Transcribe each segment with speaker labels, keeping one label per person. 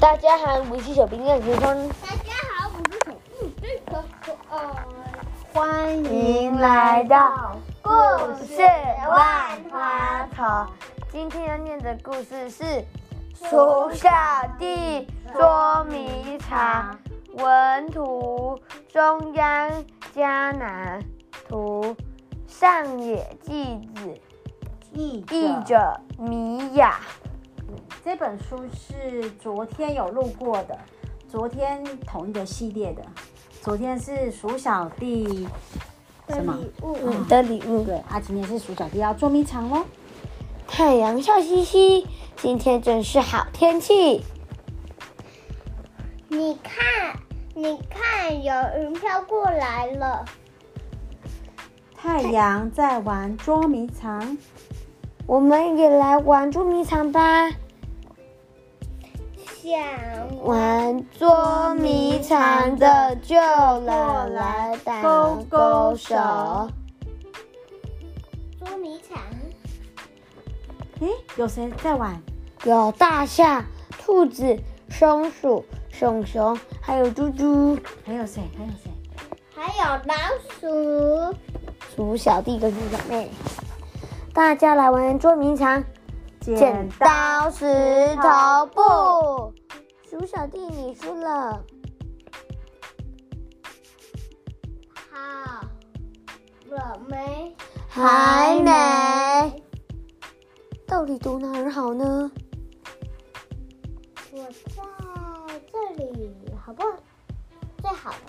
Speaker 1: 大家好，我是小兵廖学峰，
Speaker 2: 大家好，我是小布这可可爱。
Speaker 3: 欢
Speaker 1: 迎来到故事万花
Speaker 3: 筒。
Speaker 1: 今天要念的故事是《鼠小弟捉迷藏》，文图中央迦南，图上野纪子，
Speaker 3: 译
Speaker 1: 译者米雅。
Speaker 3: 这本书是昨天有录过的，昨天同一个系列的，昨天是鼠小弟什么？
Speaker 1: 你的礼物。
Speaker 3: 对啊，今天是鼠小弟要捉迷藏喽。
Speaker 1: 太阳笑嘻嘻，今天真是好天气。
Speaker 2: 你看，你看，有云飘过来了。
Speaker 3: 太阳在玩捉迷藏，
Speaker 1: 我们也来玩捉迷藏吧。
Speaker 2: 想
Speaker 1: 玩捉迷藏的就来打勾勾手，
Speaker 2: 捉迷藏，
Speaker 3: 诶，有谁在玩？
Speaker 1: 有大象、兔子、松鼠、熊熊，还有猪猪。
Speaker 3: 还有谁？还有谁？
Speaker 2: 还有老鼠。
Speaker 1: 鼠小弟跟鼠小妹，大家来玩捉迷藏，剪刀石头布。鼠小弟，你输了。
Speaker 2: 好，我没
Speaker 1: 还没。到底读哪儿好呢？
Speaker 2: 我在这里，好不好？最好了。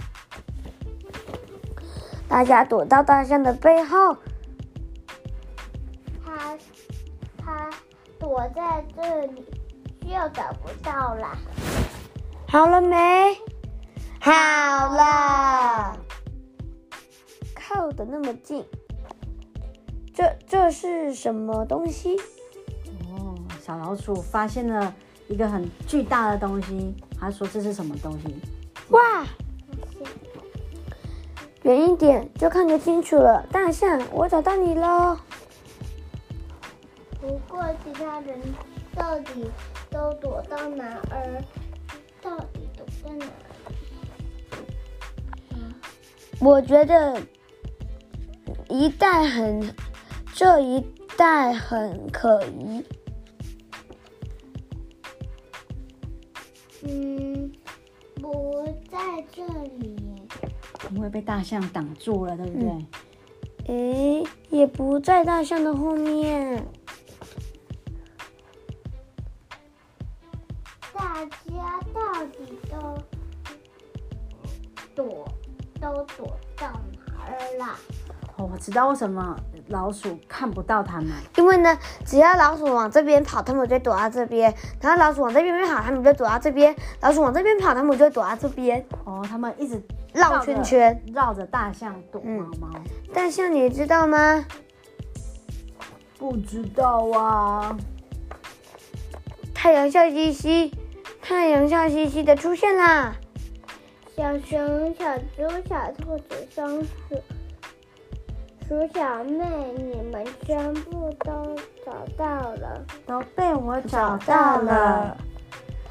Speaker 1: 大家躲到大象的背后，
Speaker 2: 他他躲在这里，又找不到啦。
Speaker 1: 好了没？好了。靠得那么近，这这是什么东西？
Speaker 3: 哦，小老鼠发现了一个很巨大的东西，他说这是什么东西？
Speaker 1: 哇，远一点就看得清楚了。大象，我找到你喽！
Speaker 2: 不过其他人到底都躲到哪儿？到底躲在哪儿？
Speaker 1: 我觉得一代很，这一代很可疑。
Speaker 2: 嗯，不在这里耶。
Speaker 3: 因为被大象挡住了，对不对？
Speaker 1: 诶，也不在大象的后面。
Speaker 2: 大家到底都躲都躲到哪儿啦？
Speaker 3: 哦，我知道为什么老鼠看不到它们，
Speaker 1: 因为呢，只要老鼠往这边跑，它们就躲到这边；然后老鼠往这边跑，它们就躲到这边；老鼠往这边跑，它们就躲到这边，
Speaker 3: 哦，它们一直
Speaker 1: 绕圈圈。
Speaker 3: 绕着大象躲
Speaker 1: 嗯
Speaker 3: 猫猫。
Speaker 1: 大象，你知道吗？
Speaker 3: 不知道啊，
Speaker 1: 太阳笑嘻嘻，太阳笑嘻嘻的出现啦！
Speaker 2: 小熊、小猪、小兔子、松鼠、鼠小妹，你们全部都找到了。
Speaker 3: 都被我找到了。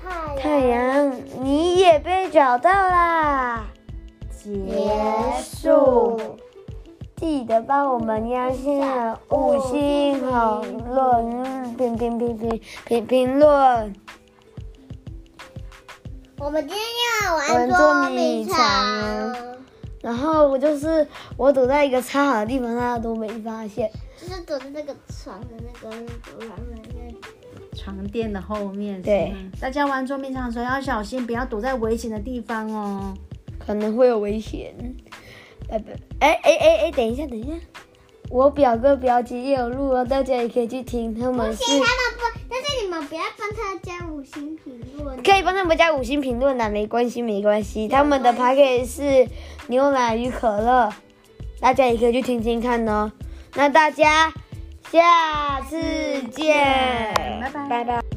Speaker 2: 太
Speaker 1: 太阳，你也被找到啦！
Speaker 3: 结
Speaker 1: 束。记得帮我们压下五星好论评评评评评评论。
Speaker 2: 我们今天要
Speaker 1: 玩
Speaker 2: 玩
Speaker 1: 捉
Speaker 2: 捉
Speaker 1: 迷
Speaker 2: 迷
Speaker 1: 藏
Speaker 2: 藏，啊
Speaker 1: 然后我就是我躲在一个超好的地方，大家都没发现。
Speaker 2: 啊就是躲在那个床的那个软软的。
Speaker 3: 床垫的后面。
Speaker 1: 对
Speaker 3: 是吗，大家玩捉迷藏的时候要小心，不要躲在危险的地方哦。
Speaker 1: 可能会有危险。拜拜。哎哎哎哎，等一下，等一下，我表哥表姐也有录哦，大家也可以去听，他们是
Speaker 2: 谢谢他们不，但是你们不要帮他加五星评论。
Speaker 1: 可以帮他们加五星评论的，没关系，没关系。他们的 p a c k 是牛奶与可乐，大家也可以去听听看哦。那大家下次见，
Speaker 3: 拜拜
Speaker 1: 拜拜。